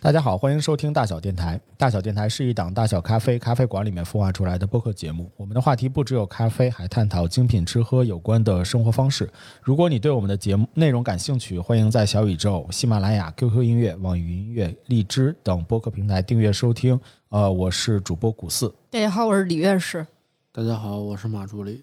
大家好，欢迎收听大小电台。大小电台是一档大小咖啡咖啡馆里面孵化出来的播客节目。我们的话题不只有咖啡，还探讨精品吃喝有关的生活方式。如果你对我们的节目内容感兴趣，欢迎在小宇宙、喜马拉雅、QQ 音乐、网易云音乐、荔枝等播客平台订阅收听。呃，我是主播古四。大家好，我是李院士。大家好，我是马助理。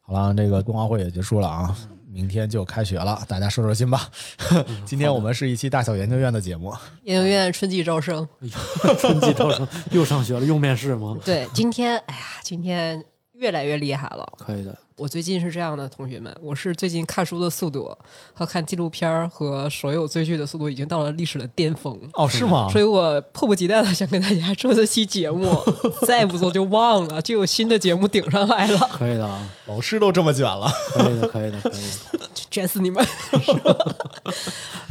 好了，这个冬奥会也结束了啊，明天就开学了，大家收收心吧。 今天我们是一期大小研究院的节目，研究院春季招生，哎 春季到生又上学了，又面试吗？ 对，今天，哎呀，今天越来越厉害了。可以的，我最近是这样的，同学们，我是最近看书的速度和看纪录片儿和所有追剧的速度已经到了历史的巅峰，哦，是吗所以我迫不及待的想跟大家做这期节目，再不做就忘了，就有新的节目顶上来了，可以的，啊，老师都这么卷了，可以的，可以的，可以的。卷死你们！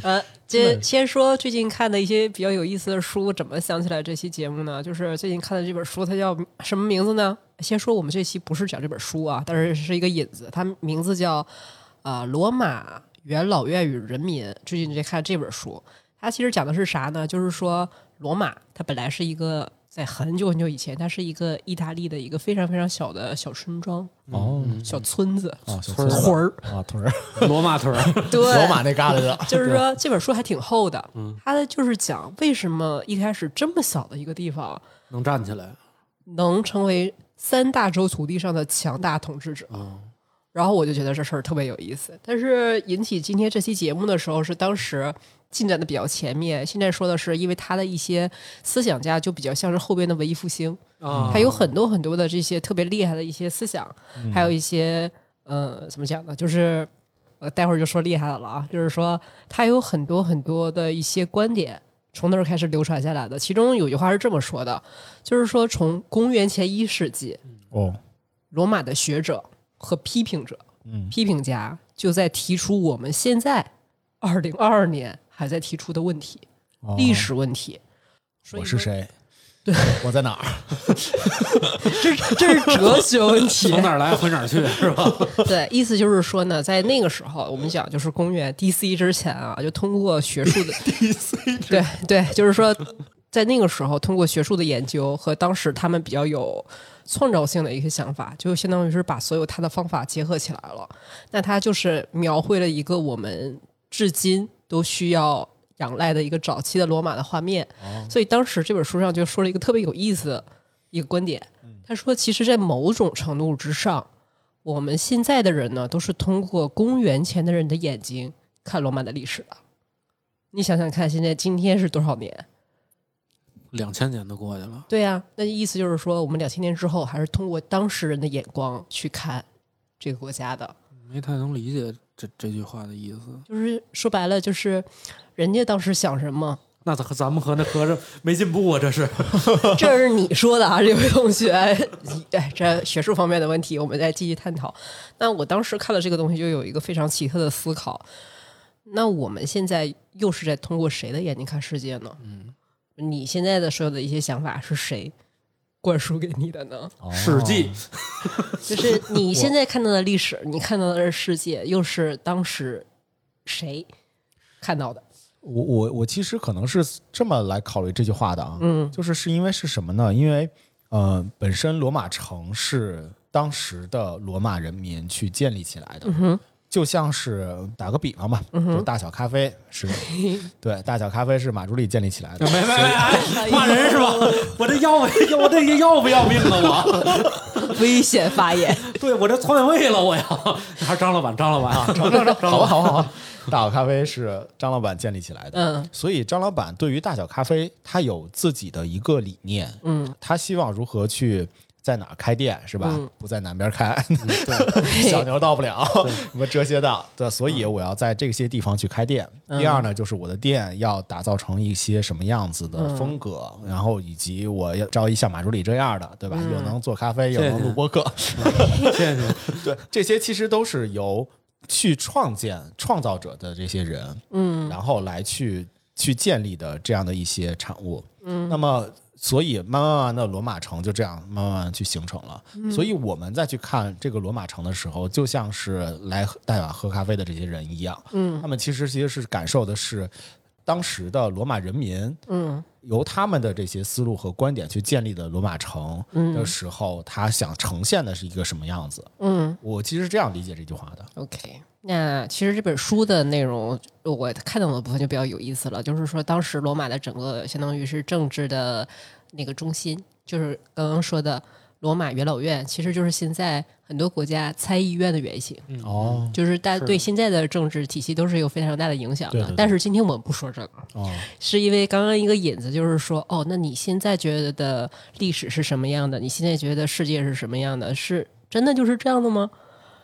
呃，先先说最近看的一些比较有意思的书，怎么想起来这期节目呢？就是最近看的这本书，它叫什么名字呢？先说我们这期不是讲这本书啊，但是是一个引子，它名字叫《啊罗马元老院与人民》。最近在看这本书，它其实讲的是啥呢？就是说罗马它本来是一个。在很久很久以前，它是一个意大利的一个非常非常小的小村庄、哦，小村子、哦，小 村儿儿屯儿，啊，屯儿，罗马腿儿，对，罗马那旮旯的， 就是说这本书还挺厚的，它的就是讲为什么一开始这么小的一个地方能站起来能成为三大洲土地上的强大统治者。啊！然后我就觉得这事儿特别有意思。但是引起今天这期节目的时候，是当时进展的比较前面。现在说的是，因为他的一些思想家就比较像是后边的文艺复兴， 啊，他有很多很多的这些特别厉害的一些思想，嗯还有一些呃，怎么讲呢？就是呃，待会儿就说厉害的了啊，就是说他有很多很多的一些观点从那儿开始流传下来的。其中有句话是这么说的，就是说从公元前一世纪，哦，罗马的学者和批评者、嗯，批评家就在提出我们现在二零二二年还在提出的问题哦——历史问题。所以我是说谁？我在哪 儿？这啊是这是哲学问 题，嗯从哪儿来回哪儿去是吧？ 对，意思就是说呢，在那个时候，我们讲就是公元 DC 之前啊，就通过学术的 DC，对对，就是说在那个时候，通过学术的研究和当时他们比较有创造性的一些想法，就相当于是把所有他的方法结合起来了。那他就是描绘了一个我们至今都需要仰赖的一个早期的罗马的画面。所以当时这本书上就说了一个特别有意思的一个观点，他说，其实，在某种程度之上。我们现在的人呢，都是通过公元前的人的眼睛看罗马的历史的。你想想看，现在今天是多少年？两千年都过去了，对呀、那意思就是说，我们两千年之后还是通过当事人的眼光去看这个国家的。没太能理解这这句话的意思。就是说白了，就是人家当时想什么，那咱咱们和那和尚没进步啊，这是这是你说的啊，这位同学。 哎，这学术方面的问题，我们再继续探讨。那我当时看了这个东西，就有一个非常奇特的思考。那我们现在又是在通过谁的眼睛看世界呢？嗯，你现在的所有的一些想法是谁灌输给你的呢？哦《史记》 就是你现在看到的历史，你看到的是世界，又是当时谁看到的？我我我其实可能是这么来考虑这句话的啊，嗯，就是是因为是什么呢？因为呃，本身罗马城是当时的罗马人民去建立起来嗯的，就像是打个比方吧，就是大小咖啡是，对，大小咖啡是马助理建立起来嗯的，没没没，哎骂人是吧？我这要不 要我这要不要命了我？ 危险发言。对我这篡位了我呀！ 还是张老板，张老板啊，张张张好吧，张老板，好吧，好吧， 大小咖啡是张老板建立起来的，嗯所以张老板对于大小咖啡，他有自己的一个理念，嗯，他希望如何去在哪儿开店是吧？嗯不在南边开， 对 嗯小牛到不了，什么遮歇道，对，所以我要在这些地方去开店。第二呢，就是我的店要打造成一些什么样子嗯的风格，然后以及我要招一像马助理这样的，对吧？嗯又能做咖啡，又谢谢能录播客，谢谢你。对，这些其实都是由去创建创造者的这些人，嗯，然后来去去建立的这样的一些产物，嗯，那么所以慢慢慢慢的罗马城就这样慢慢慢慢去形成了，所以我们再去看这个罗马城的时候，就像是来喝大碗喝咖啡的这些人一样，嗯，他们其实其实是感受的是。当时的罗马人民，嗯，由他们的这些思路和观点去建立的罗马城的时候，他想呈现的是一个什么样子？嗯我其实是这样理解这句话的。 ，OK。那其实这本书的内容，我看到的部分就比较有意思了，就是说当时罗马的整个相当于是政治的那个中心，就是刚刚说的罗马元老院，其实就是现在很多国家参议院的原型。哦就是大是对现在的政治体系都是有非常大的影响的。对对对但是今天我们不说这个，哦，是因为刚刚一个引子就是说，哦，那你现在觉得历史是什么样的？你现在觉得世界是什么样的？是真的就是这样的吗？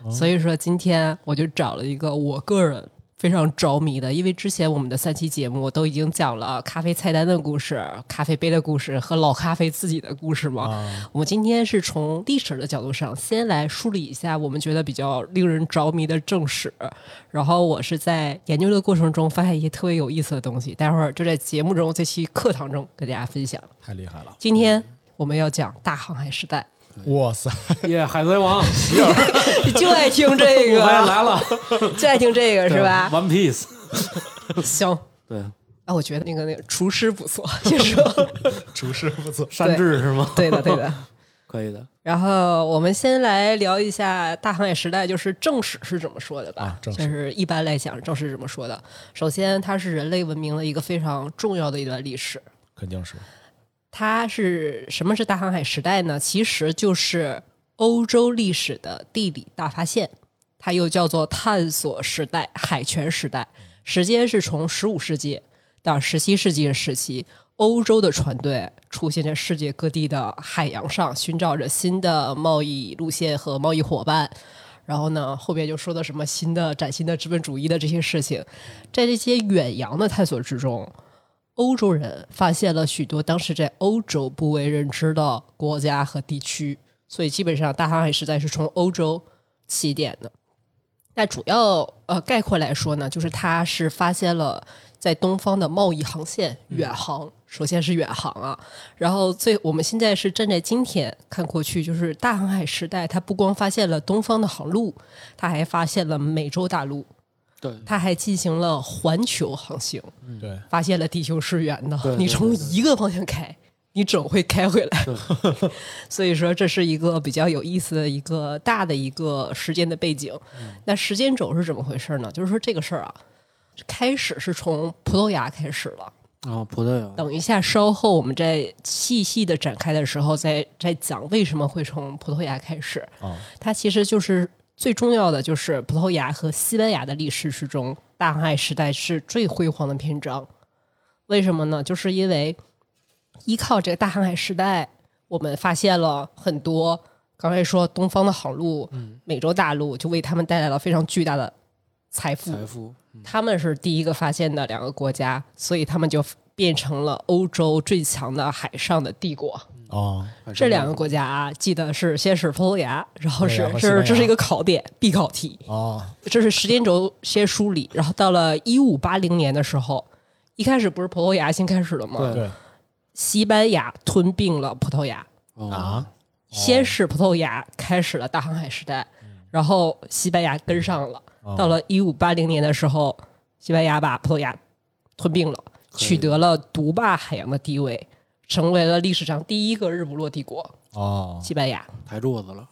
所以说今天我就找了一个我个人。非常着迷的，因为之前我们的三期节目都已经讲了咖啡菜单的故事、咖啡杯的故事和老咖啡自己的故事嘛。我们今天是从历史的角度上，先来梳理一下我们觉得比较令人着迷的正史。然后我是在研究的过程中发现一些特别有意思的东西，待会儿就在节目中这期课堂中跟大家分享。 太厉害了！今天我们要讲大航海时代，哇塞， 耶，海贼王，就爱听这我也个，来 了，就爱听这个是吧？ ？One Piece，行。 对，啊，我觉得那个那个厨师不错，先说厨师不 错。山治是吗？对的对的。 可以的。然后我们先来聊一下大航海时代，就是正史是怎么说的吧？啊正史就是一般来讲，正史是怎么说的？首先，它是人类文明的一个非常重要的一段历史。肯定是它是什么是大航海时代呢？其实就是欧洲历史的地理大发现，它又叫做探索时代、海权时代。时间是从十五世纪到十七世纪的时期，欧洲的船队出现在世界各地的海洋上，寻找着新的贸易路线和贸易伙伴。然后呢，后边就说到什么新的、崭新的资本主义的这些事情，在这些远洋的探索之中，欧洲人发现了许多当时在欧洲不为人知的国家和地区，所以基本上大航海时代是从欧洲起点的。那主要呃概括来说呢，就是它是发现了在东方的贸易航线远航，首先是远航啊，然后最我们现在是站在今天看过去，就是大航海时代，它不光发现了东方的航路，它还发现了美洲大陆，对它还进行了环球航行。对，发现了地球是圆的，对对你从对对一个方向开，你总会开回来。 所以说，这是一个比较有意思的一个大的一个时间的背景。嗯那时间轴是怎么回事呢？就是说这个事儿啊，开始是从葡萄牙开始了。啊，葡萄牙，等一下，稍后我们再细细的展开的时候再，再讲为什么会从葡萄牙开始。哦它其实就是最重要的，就是葡萄牙和西班牙的历史之中，大航海时代是最辉煌的篇章。为什么呢？就是因为依靠这个大航海时代，我们发现了很多刚才说东方的航路、美洲大陆，就为他们带来了非常巨大的财富。财富，他们是第一个发现的两个国家，所以他们就变成了欧洲最强的海上的帝国。哦，这两个国家啊，记得是先是葡萄牙，然后葡萄是牙和啊西班这牙是这是一个考点必考题，哦，这是时间轴先梳理，然后到了一五八零年的时候，一开始不是葡萄牙先开始了吗？对西班牙吞并了葡萄牙，啊，啊，先是葡萄牙开始了大航海时代，然后西班牙跟上了。到了一五八零年的时候，西班牙把葡萄牙吞并了，取得了独霸海洋的地位，成为了历史上第一个日不落帝国哦——西班牙。抬桌子了，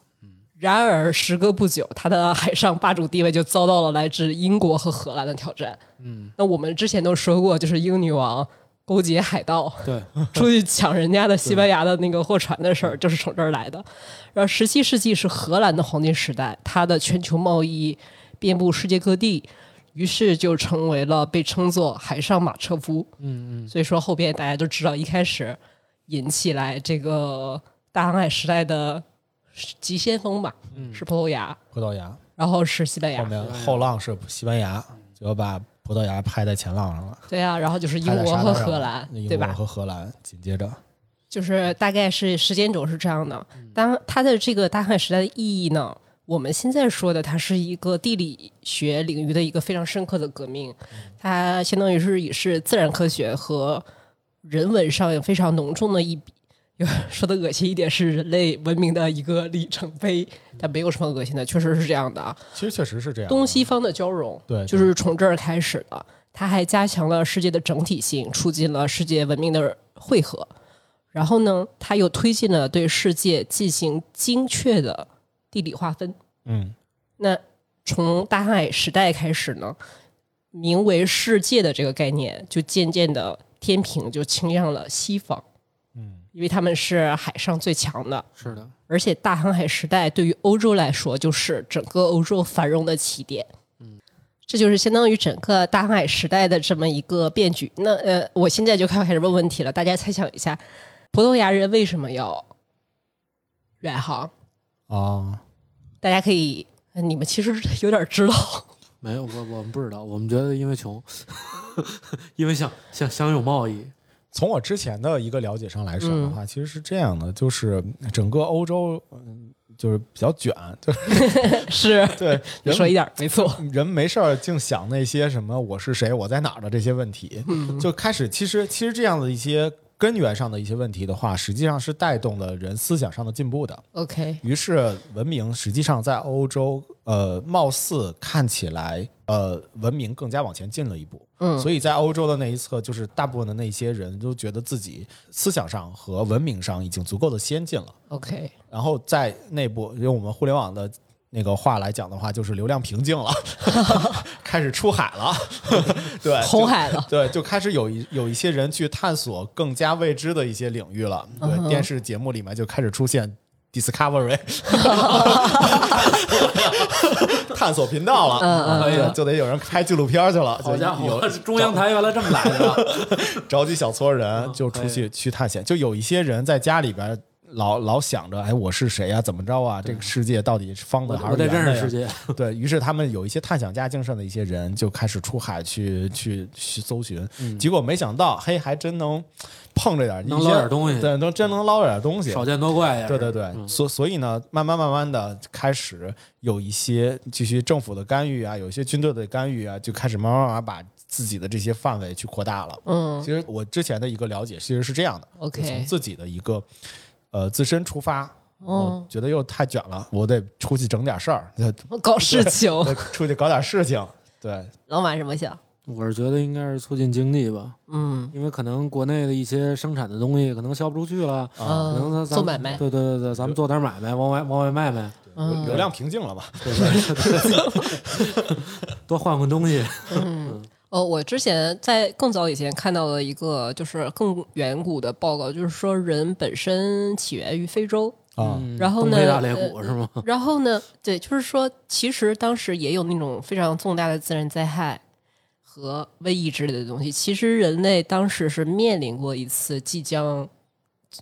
然而，时隔不久，它的海上霸主地位就遭到了来自英国和荷兰的挑战。嗯，那我们之前都说过，就是英女王勾结海盗，对， 出去抢人家的西班牙的那个货船的事儿，嗯就是从这儿来的。然后，十七世纪是荷兰的黄金时代，它的全球贸易遍布世界各地，于是就成为了被称作“海上马车夫”。嗯嗯，所以说后边大家就知道，一开始引起来这个大航海时代的急先锋吧，是葡萄牙，葡萄牙然后是西班嗯后牙，面后浪是西班牙，结果把葡萄牙拍在前浪上了，对啊，然后就是英拍在国沙滩和上荷了兰，英对国吧？和荷兰紧接着，就是大概是时间轴是这样的。当它的这个大航海时代的意义呢，我们现在说的它是一个地理学领域的一个非常深刻的革命，它相当于是也是自然科学和人文上有非常浓重的一笔。有说的恶心一点是人类文明的一个里程碑，但没有什么恶心的，确实是这样的啊。其实确实是这样的，东西方的交融，对对就是从这儿开始的。它还加强了世界的整体性，促进了世界文明的汇合。然后呢，它又推进了对世界进行精确的地理划分。嗯，那从大航海时代开始呢，名为世界的这个概念就渐渐的天平就倾向了西方，嗯，因为他们是海上最强的，是的，而且大航海时代对于欧洲来说就是整个欧洲繁荣的起点，嗯，这就是相当于整个大航海时代的这么一个变局。那呃，我现在就开始问问题了，大家猜想一下，葡萄牙人为什么要呃远航？啊，大家可以，呃你们其实有点知道。 没有，我我们不知道，我们觉得因为穷， 因为想想想有贸易，从我之前的一个了解上来说嗯的话，其实是这样的，就是整个欧洲，嗯，就是比较卷， 就是是 对你人说一点儿没错，人没事儿净想那些什么我是谁我在哪儿的这些问题，就开始其实其实这样的一些根源上的一些问题的话，实际上是带动了人思想上的进步的。 OK，于是文明实际上在欧洲，呃，貌似看起来，呃，文明更加往前进了一步。嗯所以在欧洲的那一侧，就是大部分的那些人都觉得自己思想上和文明上已经足够的先进了。 OK，然后在内部用我们互联网的那个话来讲的话，就是流量瓶颈了， 开始出海了， 哎对，红海了。对，就开始有一有一些人去探索更加未知的一些领域了。对，嗯哼电视节目里面就开始出现 Discovery，探索频道了。嗯嗯对嗯就得有人拍纪录片去了。好家就有伙，中央台原来这么来的，召集小撮嗯人就出去去探险，就有一些人在家里边。老老想着，哎，我是谁呀、怎么着啊？这个世界到底是方我的 还啊是我得圆的认识呀世界，对于是，他们有一些探险家精神的一些人就开始出海去去去搜寻，结果没想到，嘿，还真能碰着点儿，嗯能一些捞点东西对，能真能捞着点东西。少见多怪 呀，对对对，所、所以呢，慢慢慢慢的开始有一些继续政府的干预啊，有一些军队的干预啊，就开始慢慢慢慢把自己的这些范围去扩大了。嗯其实我之前的一个了解其实是这样的就从，OK，自己的一个呃自身出发，哦我觉得又太卷了，我得出去整点事 儿，搞事情，得出去搞点事情。对， 老马什么想？我是觉得应该是促进经济吧，嗯因为可能国内的一些生产的东西可能销不出去了，可能咱嗯，咱做买卖，对对对对，咱们做点买卖，往外往外卖卖，流流嗯量瓶颈了 吧？对对对，多换换东西，嗯。哦，我之前在更早以前看到了一个就是更远古的报告，就是说人本身起源于非洲，啊，嗯然后呢呃东非大裂谷是 吗？然后呢，对，就是说其实当时也有那种非常重大的自然灾害和瘟疫之类的东西，其实人类当时是面临过一次即将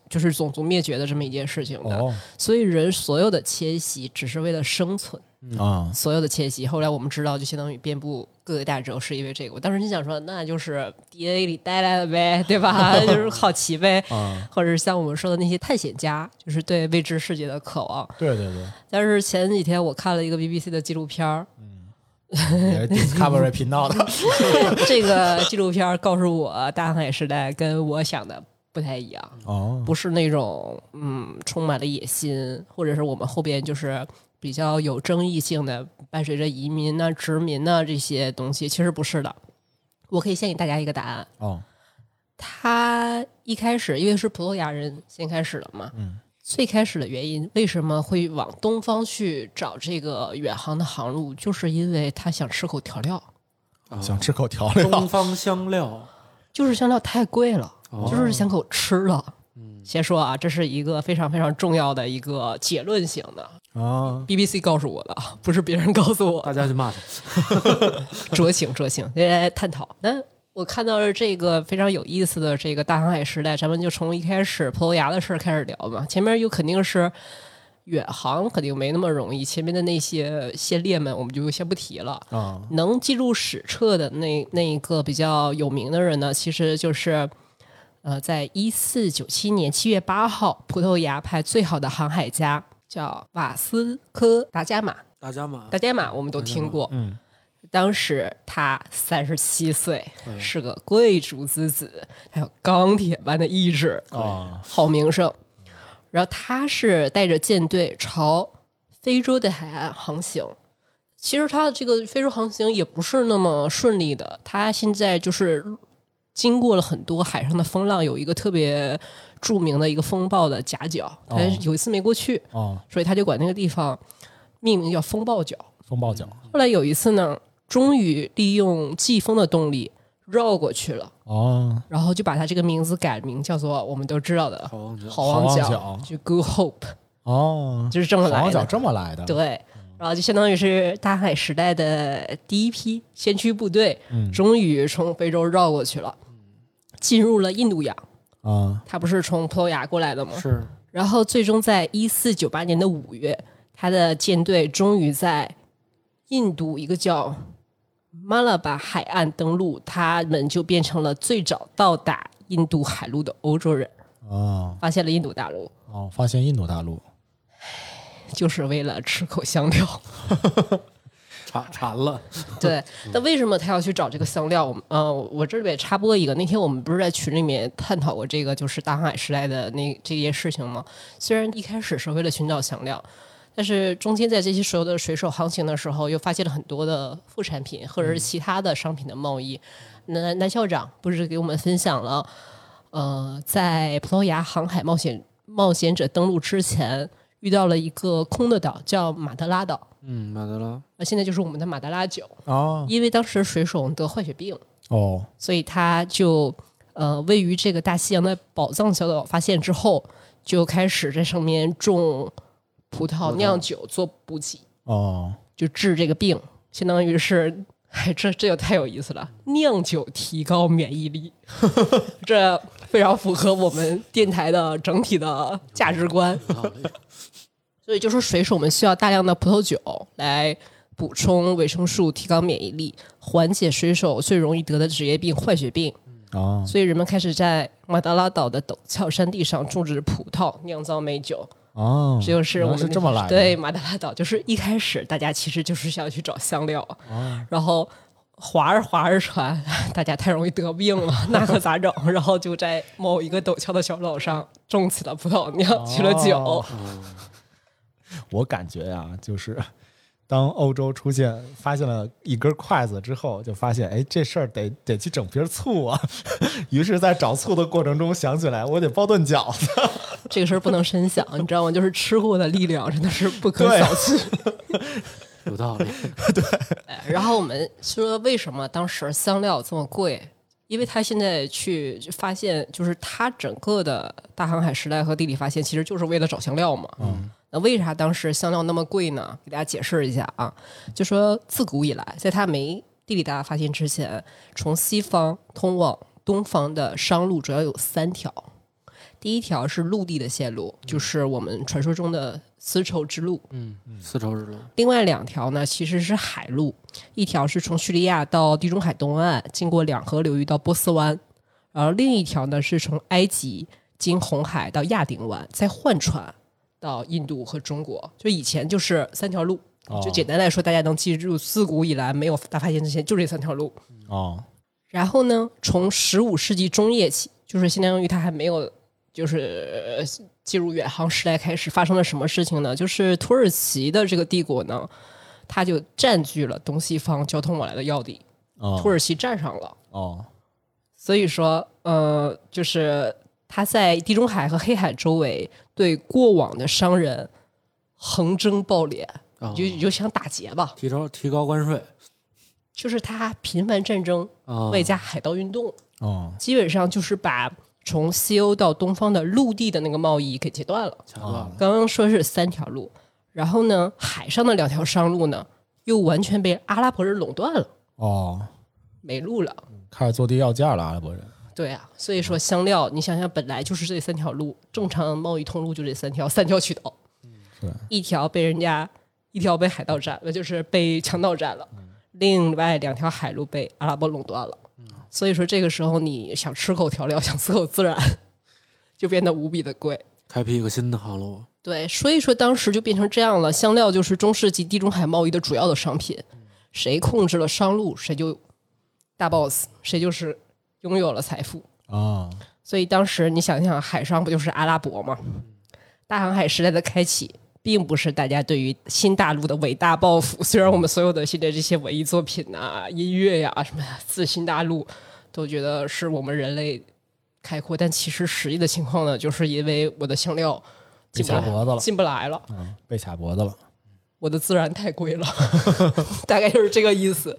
就是种族灭绝的这么一件事情的，哦所以人所有的迁徙只是为了生存。啊，所有的迁徙，后来我们知道，就相当于遍布各个大洲，是因为这个。我当时就想说，那就是 DNA 里带来的呗，对吧？就是好奇呗，啊或者是像我们说的那些探险家，就是对未知世界的渴望。对对对，但是前几天我看了一个 BBC 的纪录片儿，也是 Discovery 频道的这个纪录片儿告诉我，大航海时代跟我想的不太一样，哦，不是那种嗯充满了野心，或者是我们后边就是比较有争议性的，伴随着移民呐、殖民呐、这些东西，其实不是的。我可以先给大家一个答案，哦，他一开始因为是葡萄牙人先开始的嘛，嗯最开始的原因为什么会往东方去找这个远航的航路，就是因为他想吃口调料，啊想吃口调东料，方香料，就是香料太贵了，哦就是想口吃的。嗯先说啊，这是一个非常非常重要的一个结论型的 啊， ，BBC 告诉我的，啊， 不是别人告诉我 的 大家去骂他，酌情酌情，来来探讨。那我看到了这个非常有意思的这个大航海时代，咱们就从一开始葡萄牙的事儿开始聊嘛。前面又肯定是远航，肯定没那么容易，前面的那些先烈们我们就先不提了。啊，能记录史册的那那一个比较有名的人呢，其实就是。呃，在一四九七年七月八号，葡萄牙派最好的航海家叫瓦斯科达伽马，大家骂达，伽马我们都听过，嗯，当时他三十七岁，嗯是个贵族之子，还有钢铁般的意志，啊，好名声。然后他是带着舰队朝非洲的海岸航行，其实它的这个非洲航行也不是那么顺利的，它现在就是经过了很多海上的风浪，有一个特别著名的一个风暴的夹角，它哦有一次没过去，哦，所以他就管那个地方命名叫风暴角。风暴角后来有一次呢，终于利用季风的动力绕过去了，哦，然后就把它这个名字改名叫做我们都知道的好望角，好望好望角就 Good Hope，哦，就是这么好来望角的。这么来的，对，然后就相当于是大海时代的第一批先驱部队，嗯终于从非洲绕过去了，进入了印度洋。啊，他不是从葡萄牙过来的吗？是然后最终在一四九八年的五月，他的舰队终于在印度一个叫马拉巴海岸登陆，他们就变成了最早到达印度海陆的欧洲人，哦发现了印度大陆，哦，发现印度大陆，就是为了吃口香料。馋馋了，对，那为什么他要去找这个香料？我们呃，我这里边插播一个，那天我们不是在群里面探讨过这个，就是大航海时代的那这些事情吗？虽然一开始是为了寻找香料，但是中间在这些所有的水手航行的时候，又发现了很多的副产品或者是其他的商品的贸易。南南校长不是给我们分享了，呃，在葡萄牙航海冒险冒险者登陆之前，遇到了一个空的岛，叫马德拉岛。嗯，马德拉，那现在就是我们的马德拉酒，哦因为当时水手得坏血病，哦所以他就呃位于这个大西洋的宝藏小岛发现之后，就开始在上面种葡萄酿酒做补给，哦，就治这个病，相当于是。哎，这这就太有意思了！酿酒提高免疫力， 这非常符合我们电台的整体的价值观。有道理 所以就说水手们需要大量的葡萄酒来补充维生素，提高免疫力，缓解水手最容易得的职业病——坏血病。哦所以人们开始在马德拉岛的陡峭山地上种植葡萄，酿造美酒。哦，这就是原我来们是这么来的，对，马德拉岛就是一开始大家其实就是想去找香料，哦然后划着划着船，大家太容易得病了，那可咋整？然后就在某一个陡峭的小岛上种起了葡萄，酿起了酒。哦我感觉呀、就是 当欧洲出现发现了一根筷子之后，就发现哎，这事儿得得去整瓶醋啊。 于是，在找醋的过程中想起来，我得包顿饺子。这个事儿不能深想，你知道吗？就是吃货的力量真的是不可对小觑。有道 理，哎然后我们说为什么当时香料这么贵？因为他现在去发现，就是他整个的大航海时代和地理发现，其实就是为了找香料嘛。嗯，那为啥当时香料那么贵呢？给大家解释一下啊，就说自古以来，在他没地理大发现之前，从西方通往东方的商路主要有三条。第一条是陆地的线路，就是我们传说中的丝绸之路。嗯，丝绸之路，另外两条呢，其实是海路，一条是从叙利亚到地中海东岸，经过两河流域到波斯湾，而另一条呢是从埃及经红海到亚丁湾，再换船到印度和中国。就以前就是三条路，哦就简单来说，大家能记住，自古以来没有大发现之前就这三条路。 哦然后呢，从十五世纪中叶起，就是相当于它还没有就是呃进入远航时代开始，发生了什么事情呢？就是土耳其的这个帝国呢，它就占据了东西方交通往来的要地，哦土耳其占上了。哦所以说，呃，就是他在地中海和黑海周围对过往的商人横征暴敛，啊你就你就想打劫吧，提高提高关税，就是他频繁战争，啊，外加海盗运动。哦基本上就是把从西欧到东方的陆地的那个贸易给截断了。抢断了，刚刚说是三条路，然后呢，海上的两条商路呢，又完全被阿拉伯人垄断了，哦，没路了。开始坐地要价了，阿拉伯人。对啊，所以说香料，你想想，本来就是这三条路，正常贸易通路就这三条，三条渠道，是一条被人家，一条被海盗占了，就是被强盗占了，另外两条海路被阿拉伯垄断了。所以说这个时候你想吃口调料，想吃口孜然， 就变得无比的贵。开辟一个新的航路，对，所以说当时就变成这样了。香料就是中世纪地中海贸易的主要的商品，谁控制了商路，谁就大 boss，谁就是拥有了财富。哦嗯所以当时你想想，海上不就是阿拉伯吗？大航海时代的开启，并不是大家对于新大陆的伟大抱负。虽然我们所有的现在这些文艺作品啊、音乐呀、什么呀，自新大陆，都觉得是我们人类开阔，但其实实际的情况呢，就是因为我的香料被进卡不脖子来，了，进不来了。嗯，被卡脖子了。我的孜然太贵了， 大概就是这个意思。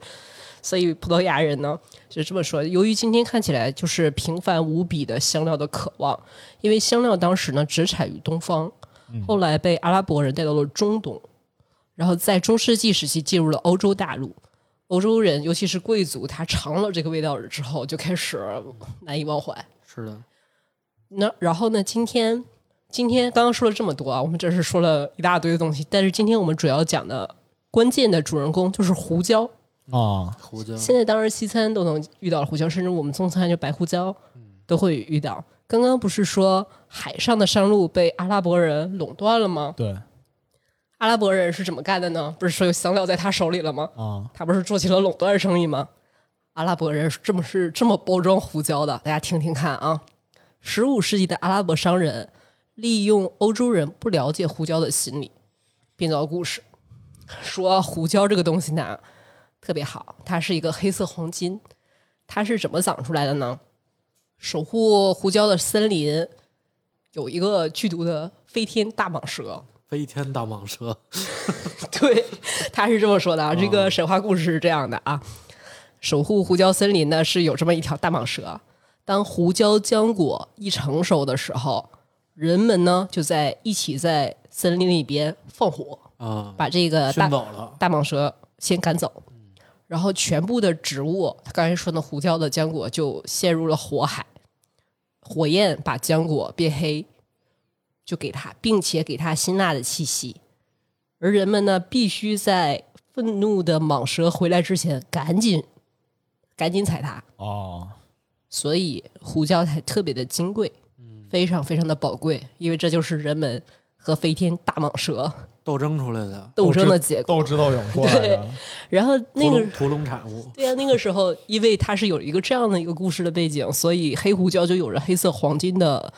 所以葡萄牙人呢是这么说：，由于今天看起来就是平凡无比的香料的渴望，因为香料当时呢只产于东方，后来被阿拉伯人带到了中东，然后在中世纪时期进入了欧洲大陆。欧洲人，尤其是贵族，他尝了这个味道之后，就开始难以忘怀。是的，那然后呢？今天今天刚刚说了这么多啊，我们这是说了一大堆的东西，但是今天我们主要讲的关键的主人公就是胡椒。哦，胡椒现在当然西餐都能遇到胡椒，甚至我们中餐就白胡椒都会遇到。刚刚不是说海上的商路被阿拉伯人垄断了吗？对，啊、阿拉伯人是怎么干的呢？不是说有香料在他手里了吗？哦他不是做起了垄断生意吗？阿拉伯人是这么是这么包装胡椒的，大家听听看啊。十五世纪的阿拉伯商人利用欧洲人不了解胡椒的心理，编造故事，说胡椒这个东西呢特别好，它是一个黑色黄金。它是怎么长出来的呢？守护胡椒的森林有一个剧毒的飞天大蟒蛇，飞天大蟒蛇，对，他是这么说的啊。这个神话故事是这样的啊，守护胡椒森林呢是有这么一条大蟒蛇。当胡椒浆果一成熟的时候，人们呢就在一起在森林里边放火，啊，把这个大熏走了，大蟒蛇先赶走，然后全部的植物，他刚才说的胡椒的浆果就陷入了火海，火焰把浆果变黑，就给它，并且给它辛辣的气息。而人们呢，必须在愤怒的蟒蛇回来之前，赶紧赶紧踩它，哦，所以胡椒才特别的金贵，非常非常的宝贵，因为这就是人们和飞天大蟒蛇斗争出来的，斗争的结果。斗智斗勇过来的对，然后那屠个龙屠龙产物，对啊，那个时候因为它是有一个这样的一个故事的背景，所以黑胡椒就有了“黑色黄金的”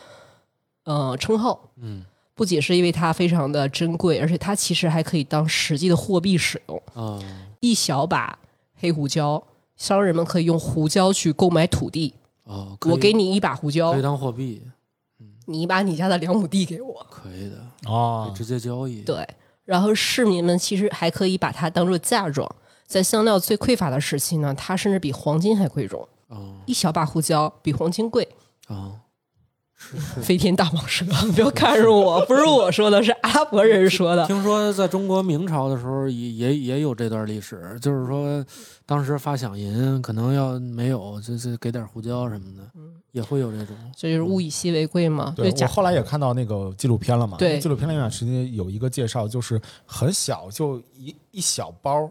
呃称号。嗯，不仅是因为它非常的珍贵，而且它其实还可以当实际的货币使用。啊，一小把黑胡椒，商人们可以用胡椒去购买土地。哦，可以我给你一把胡椒可以，当货币，你把你家的两亩地给我。可以的，可哦以，直接交易，对，然后市民们其实还可以把它当做嫁妆。在香料最匮乏的时期呢，它甚至比黄金还贵重。啊一小把胡椒比黄金贵，啊，是 是。飞天大蟒蛇，不要看着我，不是我说的，是阿拉伯人说 的。听说在中国明朝的时候也也也有这段历史，就是说当时发饷银可能要没有，这这给点胡椒什么的，也会有这种。这就是物以稀为贵嘛。对，假我后来也看到那个纪录片了嘛。对那纪录片里面实际有一个介绍，就是很小，就一一小包，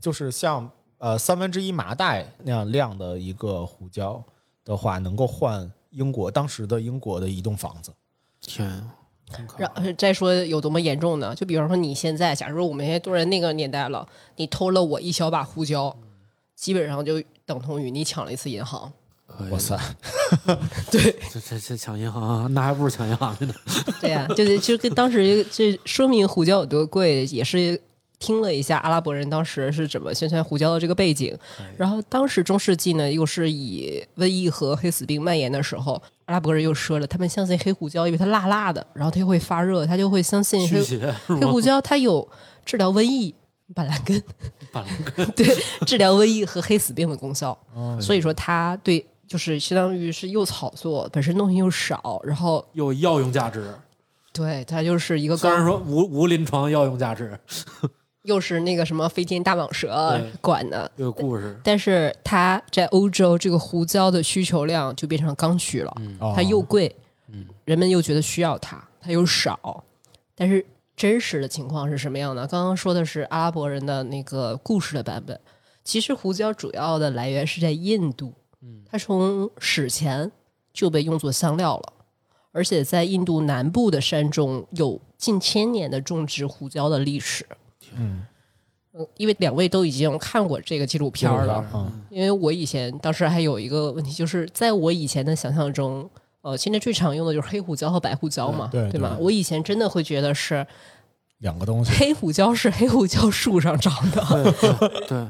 就是像呃三分之一麻袋那样量的一个胡椒的话，能够换英国当时的英国的一栋房子。天啊，真可然怕！后再说有多么严重呢？就比方说你现在，假如我们现在都在那个年代了，你偷了我一小把胡椒，基本上就等同于你抢了一次银行。可以哇塞，这这这抢银行啊， 那还不如抢银行的呢。 对呀、啊，就是就跟当时这说明胡椒有多贵，也是听了一下阿拉伯人当时是怎么宣传胡椒的这个背景。哎然后当时中世纪呢，又是以瘟疫和黑死病蔓延的时候，阿拉伯人又说了，他们相信黑胡椒，因为它辣辣的，然后它又会发热，他就会相信驱黑邪黑胡椒它有治疗瘟疫、板蓝根、 板蓝根，哎对治疗瘟疫和黑死病的功效。嗯所以说，它对就是相当于是又炒作，本身东西又少，然后 有药用价值，对它就是一个虽高然说无无临床药用价值，又是那个什么飞天大蟒蛇对管的，有故事。但是它在欧洲这个胡椒的需求量就变成刚需了，哦它又贵，人们又觉得需要它，它又少。但是真实的情况是什么样呢？刚刚说的是阿拉伯人的那个故事的版本，其实胡椒主要的来源是在印度，它从史前就被用作香料了。而且在印度南部的山中有近千年的种植胡椒的历史。嗯，因为两位都已经看过这个纪录片儿啊了，嗯因为我以前当时还有一个问题，就是在我以前的想象中，呃，现在最常用的就是黑胡椒和白胡椒嘛，对对吗？对我以前真的会觉得是两个东西。黑胡椒是黑胡椒树上长 的，对对对，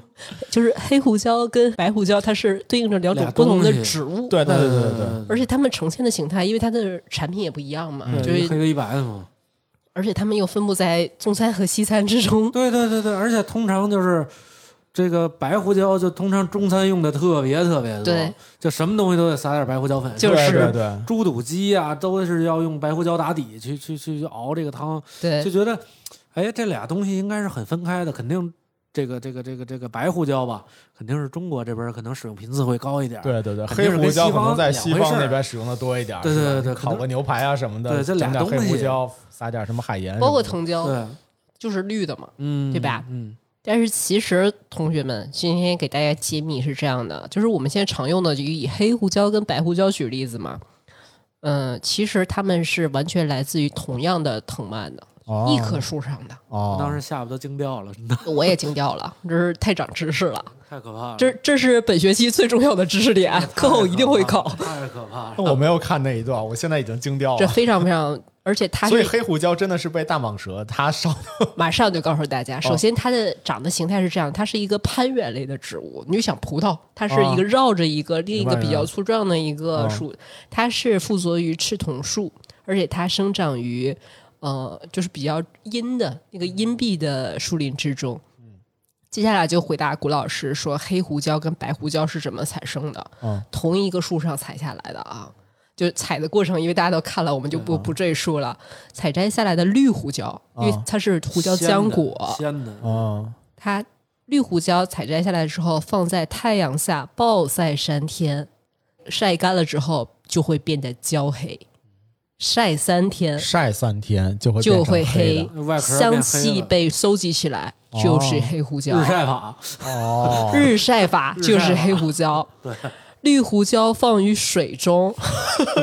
就是黑胡椒跟白胡椒，它是对应着两种不同的俩东西植物，对对对对对，呃而且它们呈现的形态，因为它的产品也不一样嘛，对就一是黑的一白的嘛。而且它们又分布在中餐和西餐之中，对对对对，而且通常就是这个白胡椒，就通常中餐用的特别特别多，对就什么东西都得撒点白胡椒粉，就对是对对，猪肚鸡啊，都是要用白胡椒打底去去去去熬这个汤，对 就觉得，哎，这俩东西应该是很分开的，肯定这个这个这个这个白胡椒吧，肯定是中国这边儿可能使用频次会高一点儿。对对对，肯定黑是胡跟椒西可能方在两西回方事那儿边使用的多一点儿，对是对吧对对可烤能个牛排啊什么的，对这整俩点东黑胡西椒，撒点什么海盐什么的，包括藤椒对，就是绿的嘛。嗯，对吧嗯，但是其实，同学们，今天给大家揭秘是这样的，就是我们现在常用的，就以黑胡椒跟白胡椒举例子嘛。嗯，其实它们是完全来自于同样的藤蔓的，哦一棵树上的。哦，当时下巴都惊掉了，真的我也惊 掉了，这是太长知识了，啊太可怕了。这这是本学期最重要的知识 点，课后一定会考。太可怕了。那 我没有看那一段，我现在已经惊掉这了。非常非常，而且它所以是黑胡椒真的是被大蟒蛇它烧，马上就告诉大家，首先它的长的形态是这样，它是一个攀援类的植物。你就想葡萄，它是一个绕着一个另一明白个明白比较粗壮的一个树，它是附着于赤桐树，而且它生长于呃，就是比较阴的那个阴蔽的树林之中。接下来就回答谷老师说，黑胡椒跟白胡椒是怎么产生的？嗯同一个树上采下来的啊，就采的过程，因为大家都看了，我们就不、不赘述了。采摘下来的绿胡椒，因为啊它是 胡椒鲜的浆果，哦鲜的，嗯，它绿胡椒采摘下来之后，放在太阳下暴晒三天，晒干了之后就会变得焦黑，晒三天晒三天就会呃就变成会黑的外壳香变气黑了。被收集起来就是黑胡椒。日晒法， 哦，日晒法日晒就是法黑胡 椒，绿胡椒放于水中，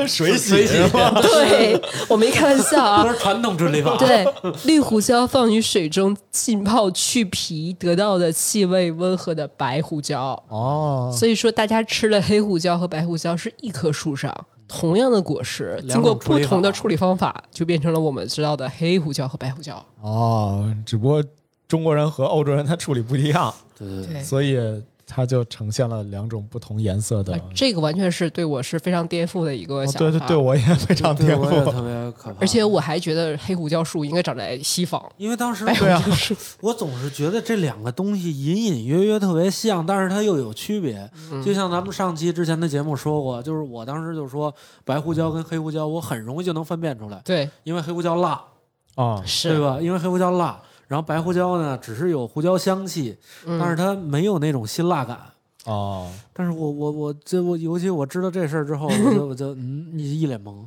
水洗水洗对我没开玩笑啊都， 是传统处理法。对，绿胡椒放于水中浸泡去皮，得到的气味温和的白胡椒。 哦，所以说，大家吃了黑胡椒和白胡椒是一棵树上同样的果实，经两过种处不理同的法处理方法，就变成了我们知道的黑胡椒和白胡椒。哦，只不过中国人和欧洲人他处理不一样，对对对，对所以它就呈现了两种不同颜色的。啊哦这个完全是对我是非常颠覆的一个想法。啊对对对，我也非常对颠我也覆。特别可怕。而且我还觉得黑胡椒树应该长在西方，因为当时白胡 对啊椒树我总是觉得这两个东西隐隐约约特别像，但是它又有区别。就像咱们上期之前的节目说过，就是我当时就说白胡椒跟黑胡椒，我很容易就能分辨出来，对因为黑胡椒辣，啊，是对吧？因为黑胡椒辣，然后白胡椒呢，只是有胡椒香气，但是它没有那种辛辣感。哦，但是我我我这我尤其我知道这事儿之后，我就我就嗯一一脸懵，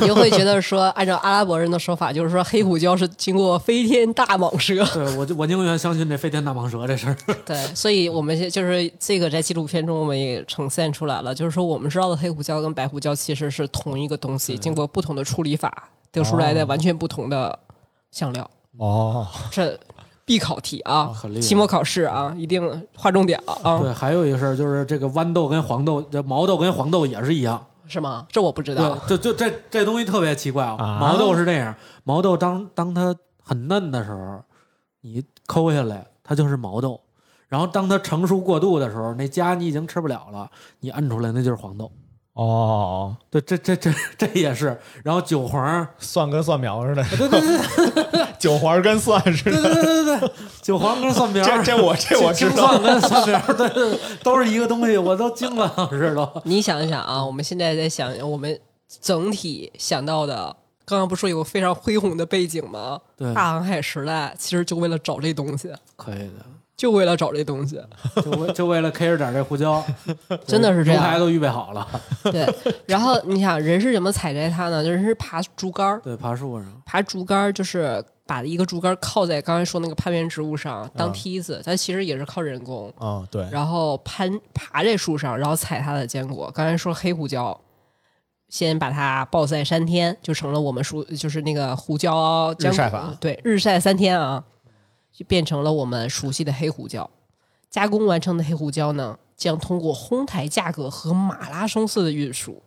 你就会觉得说，按照阿拉伯人的说法，就是说黑胡椒是经过飞天大蟒蛇。对我就我宁愿相信这飞天大蟒蛇这事儿。 对，所以我们现就是这个在纪录片中我们也呈现出来了，就是说我们知道的黑胡椒跟白胡椒其实是同一个东西，经过不同的处理法得出来的哦完全不同的香料。哦，这必考题啊哦很厉，害期末考试啊，一定划重点啊，对，还有一个事儿就是这个豌豆跟黄豆，这毛豆跟黄豆也是一样。是吗？这我不知道。对，就就这这东西特别奇怪啊、啊毛豆是这样，毛豆当当它很嫩的时候，你抠下来，它就是毛豆。然后当它成熟过度的时候，那痂你已经吃不了了，你摁出来那就是黄豆。哦，对，这这这这也是。然后韭黄，蒜跟蒜苗似的，对对 对，韭黄跟蒜似的，韭黄跟蒜苗，这这我这我知 青道。蒜跟蒜苗，对对，对都是一个东西，我都惊了，当时都。你想一想啊，我们现在在想我们整体想到的，刚刚不是有个非常恢宏的背景吗？对，大航海时代其实就为了找这东西，可以的，就为了找这东西，就为就为了 K 着点这胡椒，真的是这牛排样。都预备好了， 对，然后你想人是怎么采摘它呢？人是爬竹竿儿，对，爬树上。爬竹竿儿就是把一个竹竿儿靠在刚才说那个攀援植物上当梯子，它其实也是靠人工，啊，对，然后攀爬在树上，然后采它的坚果。刚才说黑胡椒。先把它暴晒三天，就成了我们说就是那个胡椒坚日晒果法对，日晒三天啊，就变成了我们熟悉的黑胡椒。加工完成的黑胡椒呢，将通过烘台价格和马拉松式的运输，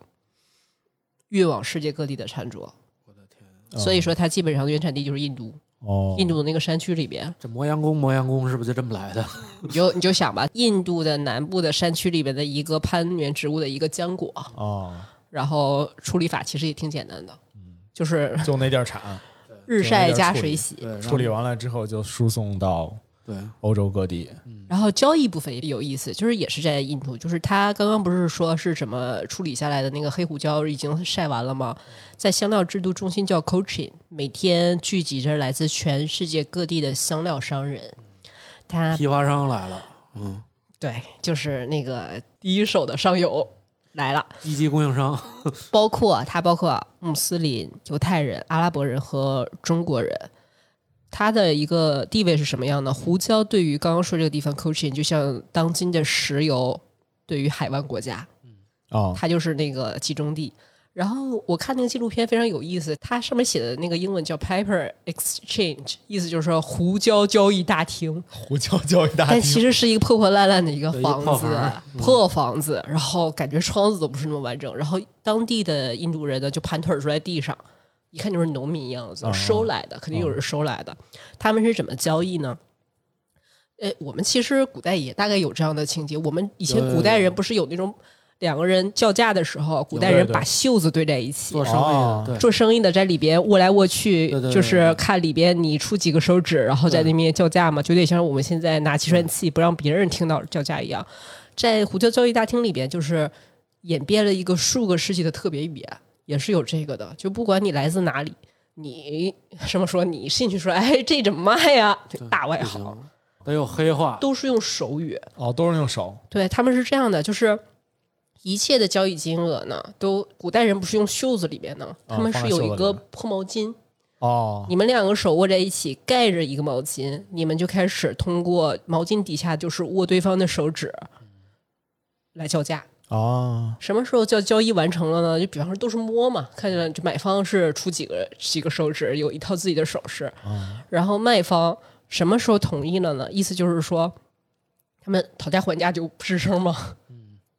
运往世界各地的餐桌。我的天！所以说，它基本上的原产地就是印度。哦，印度的那个山区里边，这磨洋工，磨洋工是不是就这么来的？你就你就想吧，印度的南部的山区里边的一个攀援植物的一个浆果，哦，然后处理法其实也挺简单的，嗯就是就那地儿产，日晒加水洗，对，处理完了之后就输送到对，欧洲各地。然后交易部分也有意思，就是也是在印度，就是他刚刚不是说是什么处理下来的那个黑胡椒已经晒完了吗？在香料制度中心叫 Cochin，每天聚集着来自全世界各地的香料商人，他批发商来了，嗯，对，就是那个第一手的商友来了，一级供应商，包括他包括穆斯林、犹太人、阿拉伯人和中国人。他的一个地位是什么样呢？胡椒对于刚刚说这个地方 Cochin，就像当今的石油对于海湾国家，哦，它就是那个集中地。然后我看那个纪录片非常有意思，它上面写的那个英文叫 Pepper Exchange，意思就是说胡椒交易大厅。胡椒交易大厅但其实是一个破破烂烂的一个对一个房破子房儿，破房子，然后感觉窗子都不是那么完整，然后当地的印度人呢就盘腿儿坐在地上，一看就是农民样子啊，收来的，肯定有人收来的。他们是怎么交易呢？哎，我们其实古代也大概有这样的情节。我们以前有有古代有人不是有那种两个人叫价的时候，古代对人对把袖子对在一起，做生意哦的，对，做生意的在里边握来握去，对对对就是看里边你出几个手指，然后在那边叫价嘛，就有点像我们现在拿计算器不让别人听到叫价一样。在胡椒交易大厅里边，就是演变了一个数个世纪的特别语言，也是有这个的。就不管你来自哪里，你什么说你进去说，哎，这怎么卖呀？大外不行行，得有黑话，都是用手语。哦，都是用手对，他们是这样的，就是一切的交易金额呢，都古代人不是用袖子里边呢，哦他们放在是袖有子一里个边破毛巾。哦，你们两个手握在一起，盖着一个毛巾，你们就开始通过毛巾底下就是握对方的手指来叫价。哦，什么时候叫交易完成了呢？就比方说都是摸嘛，看见就买方是出几个几个手指，有一套自己的手势，然后卖方什么时候同意了呢？意思就是说，他们讨价还价就不吱声嘛，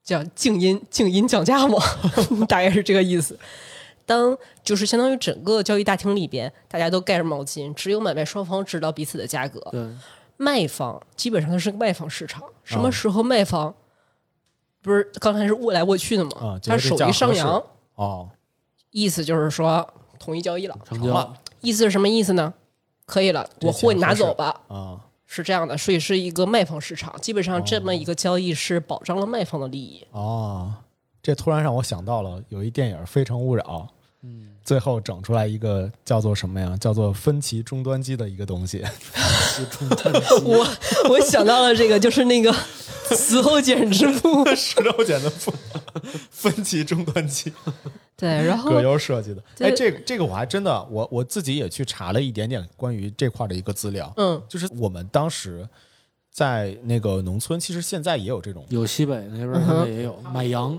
叫静音静音讲价嘛， 大概是这个意思。当就是相当于整个交易大厅里边，大家都盖着毛巾，只有买卖双方知道彼此的价格。对，卖方基本上是个卖方市场，什嗯么时候卖方、不是刚才是握来握去的吗？啊觉他得这手价一合上适扬，哦，意思就是说同意交易了。成成交了意思是什么意思呢？可以了，这我钱货你拿合适走吧。啊，是这样的，所以是一个卖方市场，基本上这么一个交易是保障了卖方的利益。哦，这突然让我想到了有一电影《非诚勿扰》，嗯，最后整出来一个叫做什么呀？叫做分歧终端机的一个东西。哦 我我想到了这个，就是 那个死后简直不 石头剪子布，分歧终端机，对， 然后葛优设计的。哎，对这个这个我还真的，我我自己也去查了一点点关于这块的一个资料，嗯，就是我们当时在那个农村，其实现在也有这种有西北那边现在也 有买羊，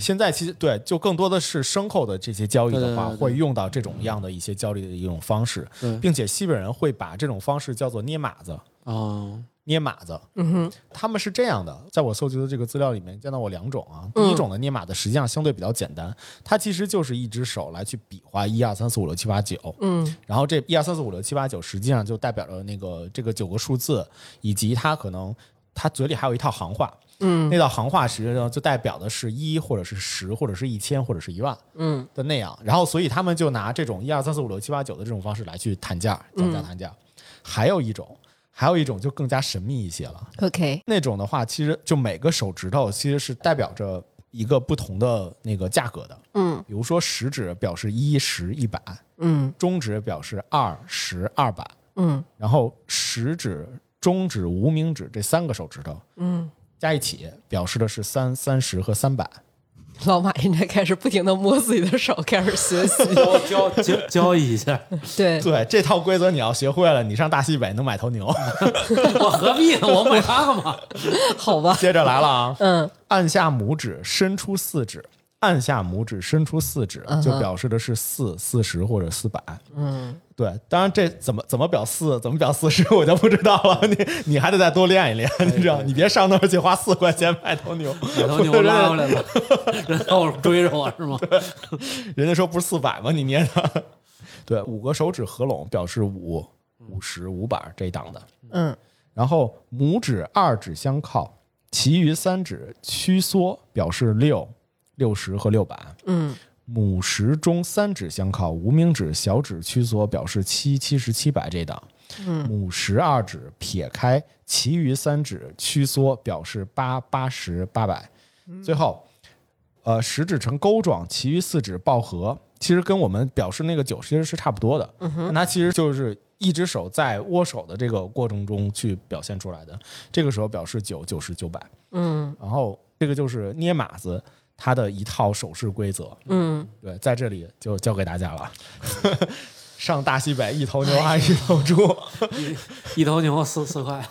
现在其实对，就更多的是牲口的这些交易的话，嗯对对对对会用到这种样的一些交易的一种方式对，并且西北人会把这种方式叫做捏马子。啊，捏马子，嗯哼，他们是这样的，在我搜集的这个资料里面见到过两种啊。第一种的捏马子实际上相对比较简单，它其实就是一只手来去比划一二三四五六七八九，嗯，然后这一二三四五六七八九实际上就代表了那个这个九个数字，以及它可能它嘴里还有一套行话，嗯，那套行话实际上就代表的是一或者是十或者是一千或者是一万，嗯的那样。然后所以他们就拿这种一二三四五六七八九的这种方式来去谈价、讲价、谈价。还有一种，还有一种就更加神秘一些了， OK，那种的话，其实就每个手指头其实是代表着一个不同的那个价格的，嗯比如说食指表示一、十、一百。嗯中指表示二十二百，嗯然后食指、中指、无名指这三个手指头嗯，加一起表示的是三三十和三百。老马现在开始不停的摸自己的手，开始学习。 交交交 交易一下，对，对，这套规则你要学会了，你上大西北能买头牛。我何必呢？我买它干 嘛？好吧，接着来了啊，嗯，按下拇指，伸出四指。按下拇指，伸出四指，嗯就表示的是四、四十或者四百。嗯，对，当然这怎么怎么表四，怎么表四十，我就不知道了。 你你还得再多练一练，你知道？你别上那儿去花四块钱买头牛，买头牛拉回来了，然后追着我是吗？ 人家说不是四百吗？你捏的。对，五个手指合拢表示五，五十、五板这一档的。嗯然后拇指、二指相靠，其余三指屈缩，表示六、六十和六板。嗯母十中三指相靠，无名指、小指屈缩，表示七、七十、七百这档。嗯母十二指撇开，其余三指屈缩，表示八、八十、八百。嗯最后，呃，食指呈钩状，其余四指抱合，其实跟我们表示那个九其实是差不多的。嗯但它其实就是一只手在握手的这个过程中去表现出来的。这个时候表示九、九十、九百。嗯然后这个就是捏码子它的一套手势规则。嗯，对，在这里就教给大家了。 上大西北，一头牛哎按一头猪。一头牛四四块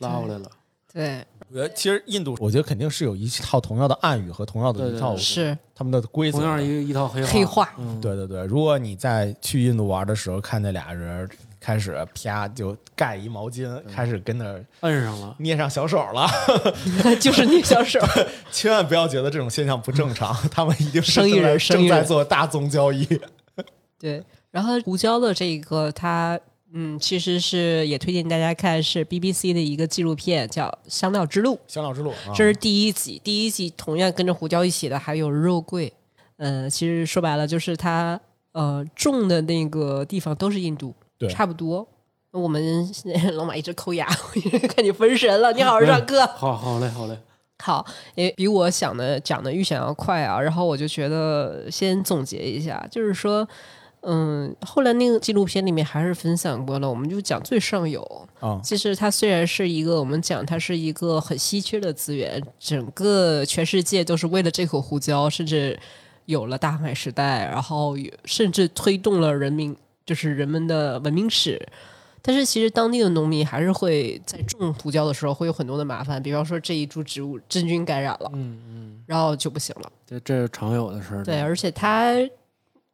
拉过来了，对，我觉得其实印度，我觉得肯定是有一套同样的暗语和同样的对一对套对是他们的规则同。样一个一套黑黑话嗯，对对对，如果你在去印度玩的时候看那俩人开始啪就盖一毛巾，嗯开始跟那儿摁上了。捏上小手了， 就是你小手，千万不要觉得这种现象不正 常，他们一定是生意正在人生正意在人做大宗交易。 对，然后胡椒的这个它。嗯，其实是也推荐大家看，是 BBC 的一个纪录片，叫《香料之路》。香料之路，啊这是第一集，第一集同样跟着胡椒一起的还有肉桂。呃，其实说白了就是它呃种的那个地方都是印度，对差不多。我们现在 老马一直抠牙，我一直看你分神了，你好好上课。好好嘞，好嘞，好，也比我想的讲的预想要快啊。然后我就觉得先总结一下，就是说，嗯，后来那个纪录片里面还是分享过了，我们就讲最上游，啊，其实它虽然是一个我们讲它是一个很稀缺的资源，整个全世界都是为了这口胡椒，甚至有了大航海时代，然后有甚至推动了人民就是人们的文明史。但是其实当地的农民还是会在种胡椒的时候会有很多的麻烦，比方说这一株植物真菌感染了，嗯嗯，然后就不行了。这这是常有的事儿。对，而且它，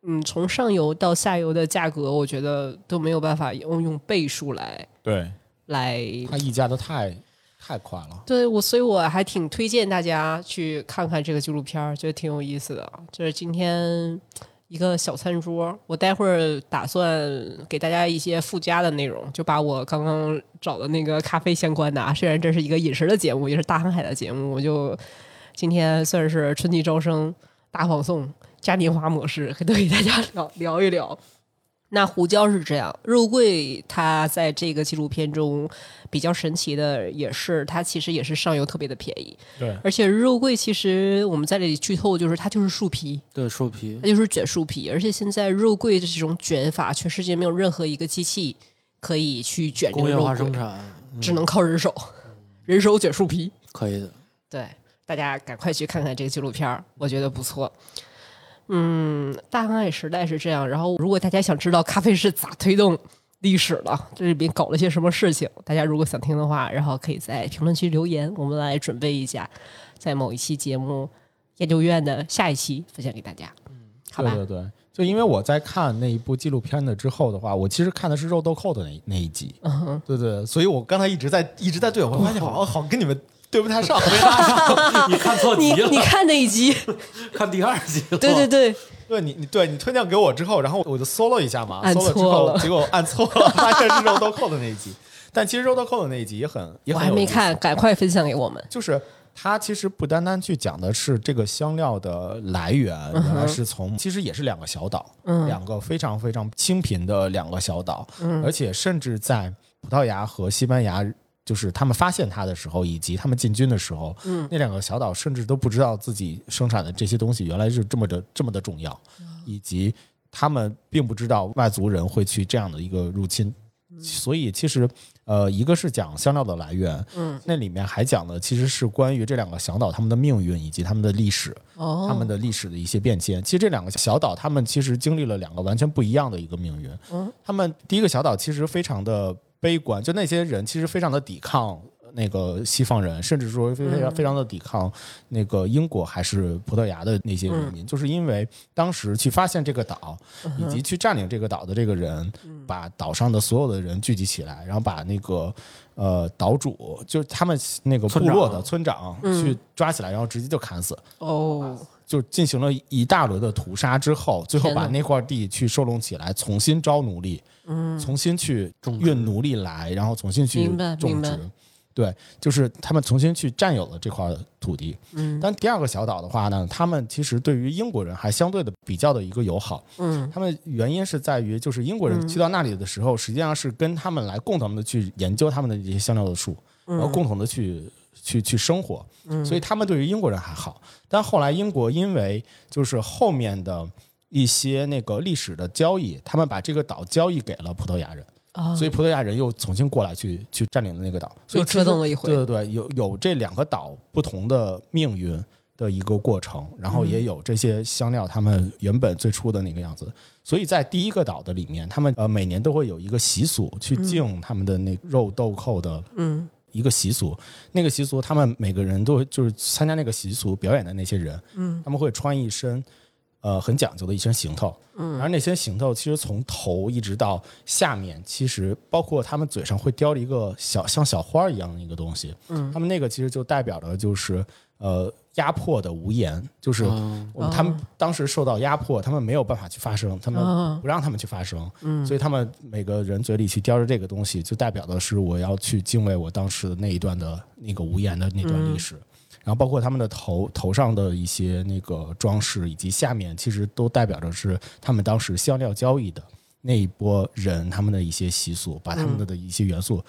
嗯，从上游到下游的价格，我觉得都没有办法用用倍数来对，来他溢价的太太快了。对我，所以我还挺推荐大家去看看这个纪录片儿，觉得挺有意思的。就是今天一个小餐桌，我待会儿打算给大家一些附加的内容，就把我刚刚找的那个咖啡相关的啊。虽然这是一个饮食的节目，也是大航海的节目，我就今天算是春季招生大放送嘉年华模式，都给大家聊聊一聊。那胡椒是这样，肉桂它在这个纪录片中比较神奇的也是，它其实也是上游特别的便宜，对，而且肉桂其实我们在这里剧透就是它就是树皮，对树皮它就是卷树皮，而且现在肉桂的这种卷法，全世界没有任何一个机器可以去卷这工个业肉化桂，生产，嗯只能靠人手，人手卷树皮。可 以的。对，大家赶快去看看这个纪录片儿，我觉得不错。嗯，大航海时代是这样。然后，如果大家想知道咖啡是咋推动历史的，这里边搞了些什么事情，大家如果想听的话，然后可以在评论区留言，我们来准备一下，在某一期节目研究院的下一期分享给大家。好吧嗯对，对对，就因为我在看那一部纪录片的之后的话，我其实看的是肉豆蔻的那那一集，嗯哼，对对，所以我刚才一直在一直在对我 发现好好跟你们对不太上，没搭上。你看错你题了你，看那一集，看第二集了。 对对对，对你你对你推荐给我之后，然后我就搜了一下嘛，按搜了之错后了结果按错了，发现是肉豆蔻的那一 集。但其实肉豆蔻的那一集也很也我很还有没意思看，赶快分享给我们。就是它其实不单单去讲的是这个香料的来源，嗯原来是从其实也是两个小岛，两个非常非常清贫的两个小岛，嗯而且甚至在葡萄牙和西班牙。就是他们发现它的时候，以及他们进军的时候，那两个小岛甚至都不知道自己生产的这些东西原来是这么的这么的重要，以及他们并不知道外族人会去这样的一个入侵，所以其实呃，一个是讲香料的来源，嗯，那里面还讲的其实是关于这两个小岛他们的命运以及他们的历史，哦，他们的历史的一些变迁。其实这两个小岛，他们其实经历了两个完全不一样的一个命运。嗯，他们第一个小岛其实非常的悲观，就那些人其实非常的抵抗那个西方人，甚至说非常非常的抵抗那个英国还是葡萄牙的那些人民，就是因为当时去发现这个岛以及去占领这个岛的这个人，把岛上的所有的人聚集起来，然后把那个。呃，岛主就是他们那个部村长落的村长去抓起来，然后直接就砍死。哦，就进行了一大轮的屠杀之后，最后天哪把那块地去收拢起来，重新招奴隶，嗯，重新去种植运奴隶来，然后重新去明白明种白植。对，就是他们重新去占有了这块土地。嗯但第二个小岛的话呢，他们其实对于英国人还相对的比较的一个友好。嗯他们原因是在于，就是英国人去到那里的时候，实际上是跟他们来共同的去研究他们的这些香料的树，嗯然后共同的去去去生活。所以他们对于英国人还好。但后来英国因为就是后面的一些那个历史的交易，他们把这个岛交易给了葡萄牙人，啊，所以葡萄牙人又重新过来去去占领了那个岛，所以又其实折腾了一回对对对，有有这两个岛不同的命运的一个过程，然后嗯也有这些香料他们原本最初的那个样子。所以在第一个岛的里面，他们呃每年都会有一个习俗去敬他们的那肉豆蔻的嗯一个习俗，那个习俗他们每个人都会就是参加那个习俗表演的那些人，嗯他们会穿一身呃很讲究的一身行头，嗯，而那身行头其实从头一直到下面，其实包括他们嘴上会叼着一个小像小花一样的一个东西，嗯，他们那个其实就代表着就是呃压迫的无言，就是嗯我们他们当时受到压迫，他们没有办法去发声，他们哦不让他们去发声，嗯所以他们每个人嘴里去叼着这个东西，就代表的是我要去敬畏我当时的那一段的那个无言的那段历史。然后包括他们的头头上的一些那个装饰，以及下面其实都代表着是他们当时香料交易的那一波人他们的一些习俗，把他们的一些元素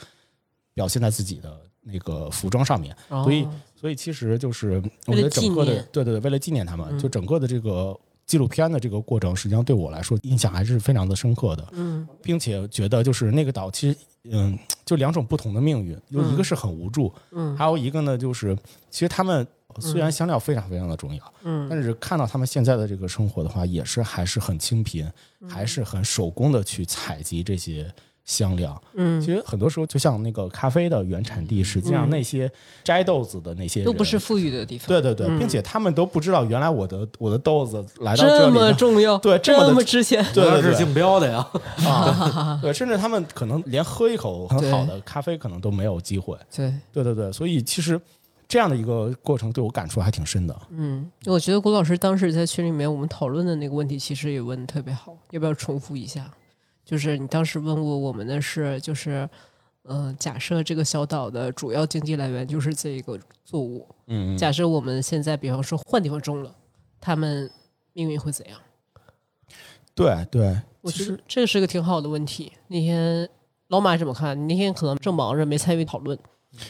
表现在自己的那个服装上面。哦所以，所以其实就是我为觉了得纪整个的念，嗯对对对，为了纪念他们，就整个的这个纪录片的这个过程，实际上对我来说印象还是非常的深刻的，嗯并且觉得就是那个岛其实，嗯，就两种不同的命运，有一个是很无助，嗯还有一个呢就是，其实他们呃虽然香料非常非常的重要，嗯但是看到他们现在的这个生活的话，也是还是很清贫，嗯还是很手工的去采集这些香料。嗯其，实很多时候，就像那个咖啡的原产地，实际上那些摘豆子的那些人都不是富裕的地方，对对对，并且他们都不知道原来我的我的豆子来到这这里么呢，重要，对这这么的么值钱，对主对要是对竞标的呀， 啊，对，甚至他们可能连喝一口很对好的咖啡可能都没有机会。对，对对对，所以其实这样的一个过程对我感触还挺深的。嗯，我觉得郭老师当时在群里面我们讨论的那个问题，其实也问的特别好，要不要重复一下？就是你当时问过我们的是，就是，嗯、假设这个小岛的主要经济来源就是这个作物，嗯假设我们现在比方说换地方种了，他们命运会怎样？对对，我其觉实得这是个挺好的问题。那天老马怎么看？你那天可能正忙着没参与讨论。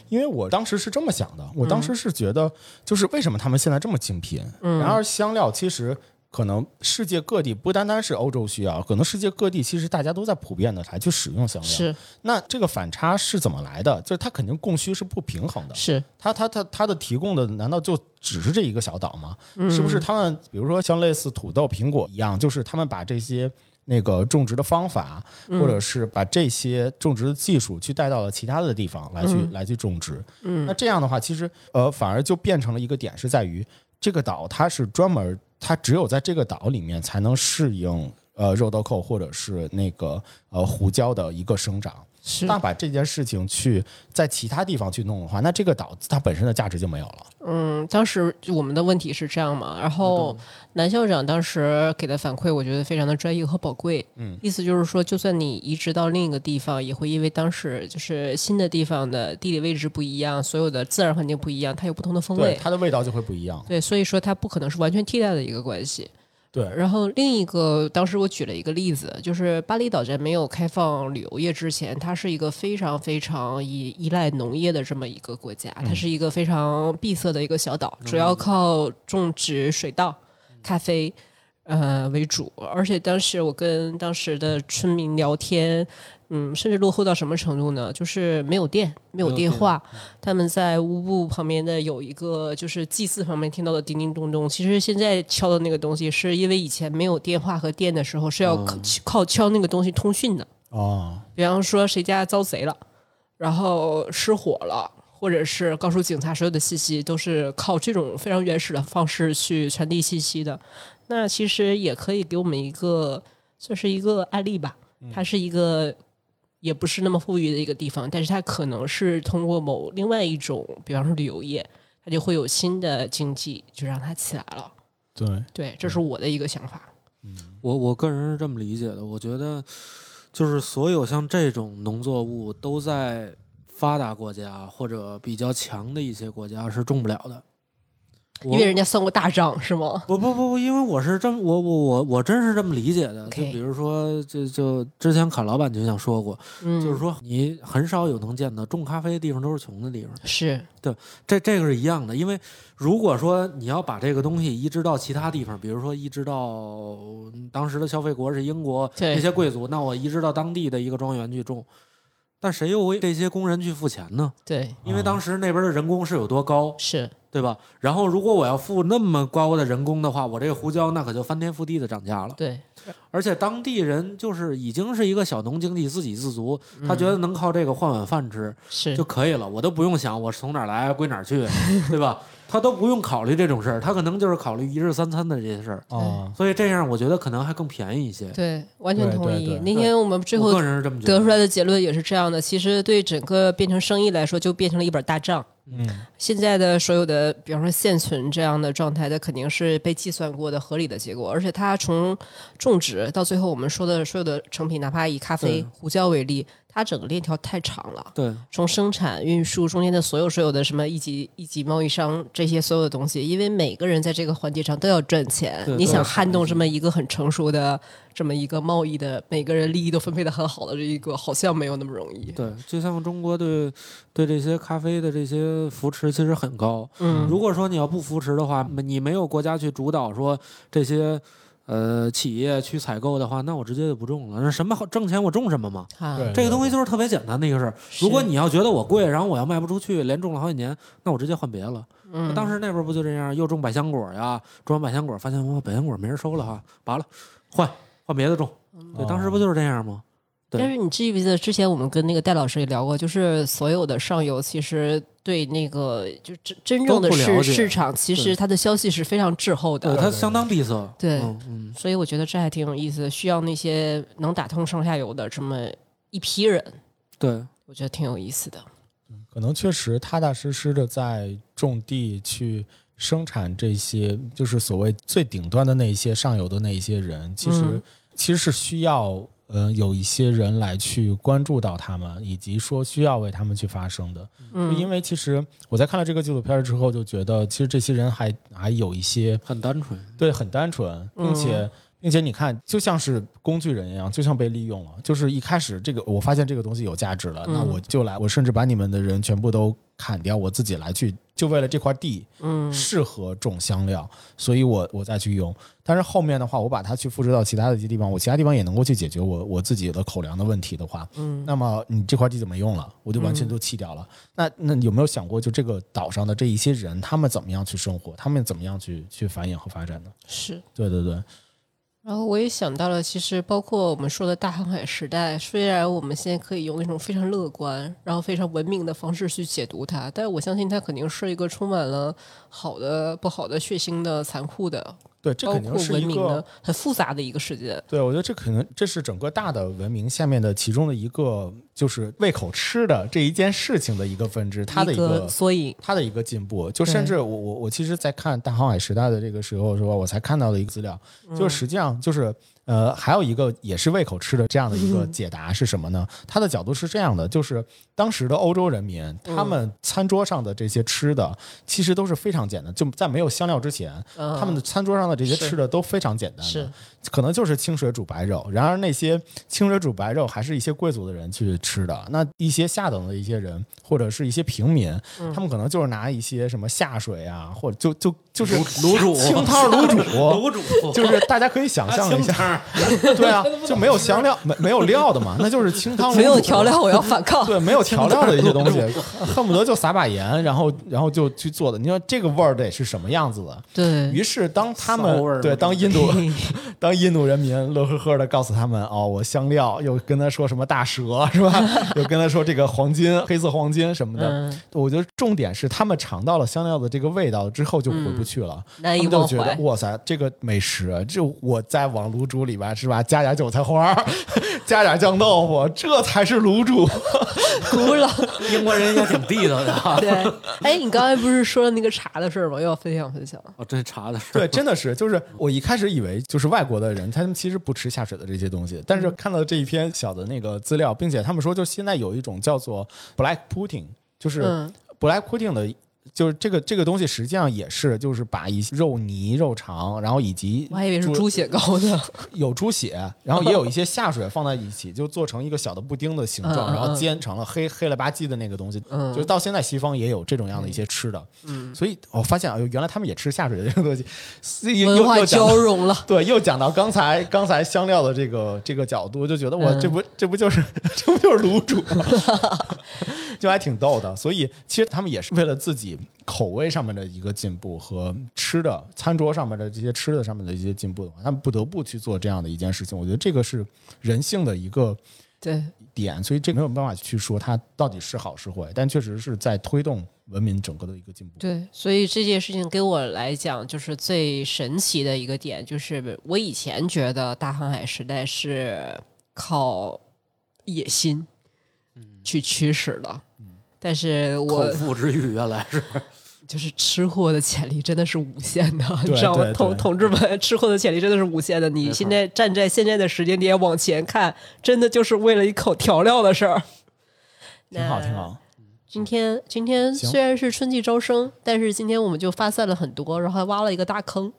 因为我当时是这么想的，我当嗯时是觉得，就是为什么他们现在这么精品？然而香料其实可能世界各地不单单是欧洲需要，可能世界各地其实大家都在普遍的来去使用香料。是那这个反差是怎么来的？就是它肯定供需是不平衡的。是，它它它它的提供的难道就只是这一个小岛吗？是不是他们比如说像类似土豆、苹果一样，就是他们把这些那个种植的方法，或者是把这些种植的技术去带到了其他的地方来去、来去种植？嗯，那这样的话，其实呃反而就变成了一个点，是在于这个岛它是专门它只有在这个岛里面才能适应呃肉豆蔻或者是那个呃胡椒的一个生长。是但把这件事情去在其他地方去弄的话，那这个岛它本身的价值就没有了。嗯，当时就我们的问题是这样嘛，然后南校长当时给的反馈，我觉得非常的专业和宝贵。嗯，意思就是说，就算你移植到另一个地方，也会因为当时就是新的地方的地理位置不一样，所有的自然环境不一样，它有不同的风对，味。它的味道就会不一样。对，所以说它不可能是完全替代的一个关系。对，然后另一个，当时我举了一个例子，就是巴厘岛在没有开放旅游业之前，它是一个非常非常依依赖农业的这么一个国家，它是一个非常闭塞的一个小岛，主要靠种植水稻、咖啡。呃，为主，而且当时我跟当时的村民聊天，嗯，甚至落后到什么程度呢？就是没有电，没有没有电电话，嗯他们在乌布旁边的有一个就是祭祀旁边听到的叮叮咚咚，其实现在敲的那个东西，是因为以前没有电话和电的时候是要靠靠敲那个东西通讯的。哦，比方说谁家遭贼了，然后失火了，或者是告诉警察所有的信息，都是靠这种非常原始的方式去传递信息的。那其实也可以给我们一个算是一个案例吧，嗯它是一个。也不是那么富裕的一个地方，但是它可能是通过某另外一种，比方说旅游业，它就会有新的经济，就让它起来了。对，对，这是我的一个想法。 我我个人是这么理解的，我觉得就是所有像这种农作物都在发达国家或者比较强的一些国家是种不了的。嗯我因为人家算过大账是吗？不不不不，因为我是这么我我我我真是这么理解的。就 OK 比如说，就就之前侃老板就想说过，嗯，就是说你很少有能见的种咖啡的地方都是穷的地方，是这这个是一样的。因为如果说你要把这个东西移植到其他地方，比如说移植到嗯当时的消费国是英国对那些贵族，那我移植到当地的一个庄园去种，但谁又为这些工人去付钱呢？对，因为当时那边的人工是有多高，是对吧？然后如果我要付那么高的人工的话，我这个胡椒那可就翻天覆地的涨价了。对，而且当地人就是已经是一个小农经济，自给自足，他觉得能靠这个换碗饭吃是就可以了，我都不用想我是从哪儿来归哪儿去，对吧？他都不用考虑这种事儿，他可能就是考虑一日三餐的这些事儿，啊，所以这样我觉得可能还更便宜一些。对，完全对同对意对。那天我们最后我个人是这么觉得出得。来的结论也是这样的。其实对整个变成生意来说，就变成了一本大账。嗯，现在的所有的，比方说现存这样的状态，它肯定是被计算过的合理的结果。而且它从种植到最后我们说的所有的成品，哪怕以咖啡对、胡椒为例，它整个链条太长了。对，从生产、运输中间的所有所有的什么一级一级贸易商这些所有的东西，因为每个人在这个环节上都要赚钱对。你都要想撼动这么一个很成熟的这么一个贸易的，每个人利益都分配的很好的这一个，好像没有那么容易。对，就像中国对对这些咖啡的这些扶持其实很高。嗯，如果说你要不扶持的话，你没有国家去主导说这些呃企业去采购的话，那我直接就不种了。那什么好挣钱，我种什么嘛？啊，对这个东西就是特别简单的一个事儿。是如果你要觉得我贵，然后我要卖不出去，连种了好几年，那我直接换别了。嗯当时那边不就这样，又种百香果呀，种完百香果发现哇，百香果没人收了哈，拔了，换换别的种。对，当时不就是这样吗？对但是你记不记得之前我们跟那个戴老师也聊过，就是所有的上游其实对那个就真真正的都不了市解市场，其对实它的消息是非常滞后对，的。它相当闭塞。对嗯嗯，所以我觉得这还挺有意思的，需要那些能打通上下游的这么一批人，对，我觉得挺有意思的。可能确实踏踏实实的在种地去生产这些，就是所谓最顶端的那一些上游的那一些人，其实、嗯其实是需要呃有一些人来去关注到他们，以及说需要为他们去发声的。嗯，因为其实我在看了这个纪录片之后，就觉得其实这些人还还有一些很单纯。对很单纯，嗯并且、并且你看，就像是工具人一样，就像被利用了。就是一开始这个我发现这个东西有价值了，那嗯我就来，我甚至把你们的人全部都砍掉，我自己来去，就为了这块地嗯适合种香料，所以我我再去用。但是后面的话，我把它去复制到其他的一些地方，我其他地方也能够去解决我我自己的口粮的问题的话，嗯那么你这块地就没用了，我就完全都弃掉了。那那有没有想过，就这个岛上的这一些人，他们怎么样去生活，他们怎么样去去繁衍和发展呢？是。对对对，然后我也想到了，其实包括我们说的大航海时代，虽然我们现在可以用那种非常乐观，然后非常文明的方式去解读它，但我相信它肯定是一个充满了好的、不好的、血腥的、残酷的，对，这包肯定括是文一明个的，很复杂的一个世界。对我觉得这可能这是整个大的文明下面的其中的一个，就是胃口吃的这一件事情的一个分支，它的一一个个缩影，它的一个进步，就对甚至我我我其实，在看大航海时代的这个时候说，我才看到的一个资料，嗯就是实际上就是呃，还有一个也是胃口吃的这样的嗯一个解答是什么呢？它的角度是这样的，就是当时的欧洲人民，嗯他们餐桌上的这些吃的其实都是非常简单，就在没有香料之前，嗯他们的餐桌上的这些是吃的都非常简单的，是可能就是清水煮白肉。然而那些清水煮白肉还是一些贵族的人去吃的，那一些下等的一些人或者是一些平民，嗯他们可能就是拿一些什么下水啊，或者就就就是卤煮清汤卤煮。 卤煮就是大家可以想象一 下，对啊，就没有香料，没没有料的嘛，那就是清汤卤煮没有调料，我要反抗。对，没有调料的一些东 西，恨不得就撒把盐，然后然后就去做的。你说这个味儿得是什么样子的？对于是当他骚味儿们对吗当印 度当印度人民乐呵呵的告诉他们哦，我香料又跟他说什么大蛇是 吧？又跟他说这个黄金、黑色黄金什么的。嗯我觉得重点是他们尝到了香料的这个味道之后就回不去了，嗯难以他们就觉忘怀啊得哇塞，这个美食，就我在往卤煮煮里边是吧？加点韭菜花儿， 加点酱豆腐，这才是卤煮。古 老。英国人也挺地道的 啊。对，哎，你刚才不是说那个茶的事儿吗？又要分享分享。哦，这 茶的事儿对，真的是，就是我一开始以为就是外国的人，他们其实不吃下水的这些东西，但是嗯看到这一篇小的那个资料，并且他们说，就现在有一种叫做 black pudding，就是嗯 black pudding 的。就是这个这个东西，实际上也是，就是把一些肉泥、肉肠，然后以及我还以为是猪猪血糕呢。有猪 血，然后也有一些下水放在一起，就做成一个小的布丁的形状，嗯嗯然后嗯煎成了黑黑了吧唧的那个东西。嗯就是到现在西方也有这种样的一些吃的，嗯，所以我发现啊，原来他们也吃下水的这个东西，所以又文化又讲交到融了， 对，又讲到刚才刚才香料的这个这个角度，就觉得我嗯这不、这不就是 这不就是卤煮 吗？就还挺逗的。所以其实他们也是为了自己口味上面的一个进步和吃的餐桌上面的这些吃的上面的一些进步的话，他们不得不去做这样的一件事情。我觉得这个是人性的一个对，点，所以这没有办法去说它到底是好是坏，但确实是在推动文明整个的一个进步。对，所以这件事情给我来讲，就是最神奇的一个点，就是我以前觉得大航海时代是靠野心嗯去驱使的，但是我口腹之欲原来是就是吃货的潜力真的是无限的，你对知道吗对？同对同志们，吃货的潜力真的是无限的。你错现在站在现在的时间点往前看，真的就是为了一口调料的事儿。挺好，挺。好。今天今天行虽然是春季招生，但是今天我们就发散了很多，然后还挖了一个大坑。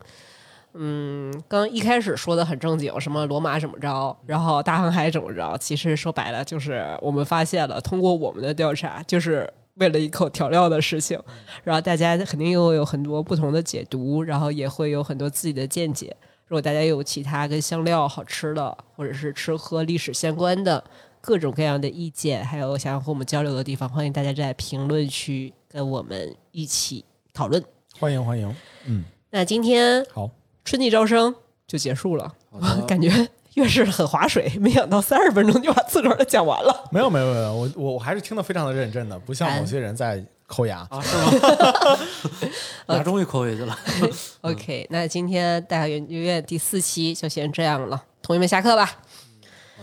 嗯，刚一开始说的很正经，什么罗马怎么着，然后大航海怎么着，其实说白了就是我们发现了，通过我们的调查，就是为了一口调料的事情，然后大家肯定又有很多不同的解读，然后也会有很多自己的见解。如果大家有其他跟香料好吃的，或者是吃喝历史相关的各种各样的意见，还有想要和我们交流的地方，欢迎大家在评论区跟我们一起讨论。欢迎欢迎，那今天好，春季招生就结束了，好的 感觉越是很划水，没想到三十分钟就把自个儿的讲完了。没有没有没有，我我我还是听得非常的认真的，不像某些人在抠牙。啊，是吗？ 牙终于抠回去了。嗯 OK，那今天大学研院第四期就先这样了，同学们下课吧，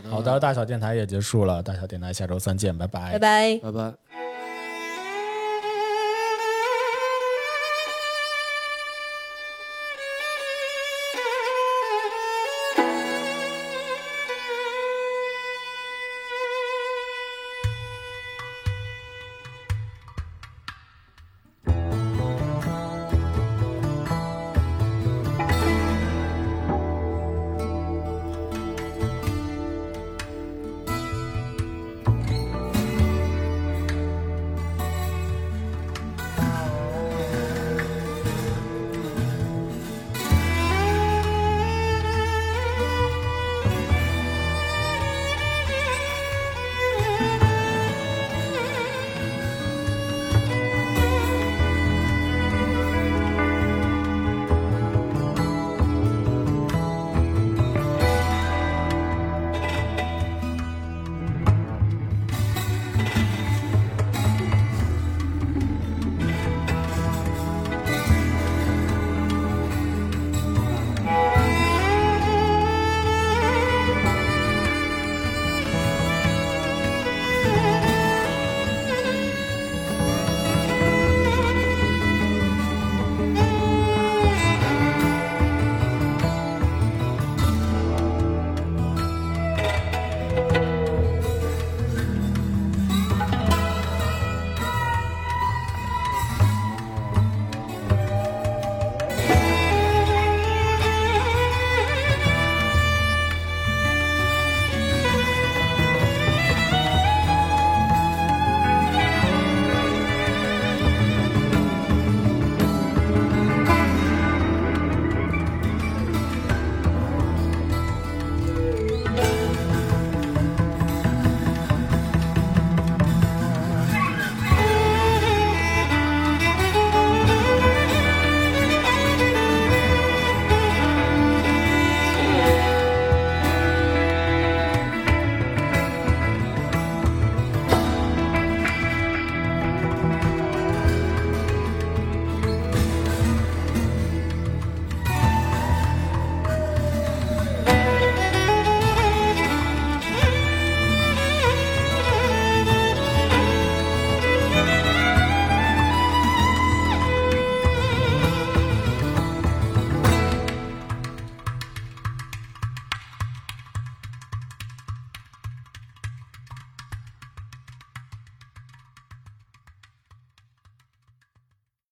哎好的，大小电台也结束了，大小电台下周三见，拜拜拜拜。拜拜。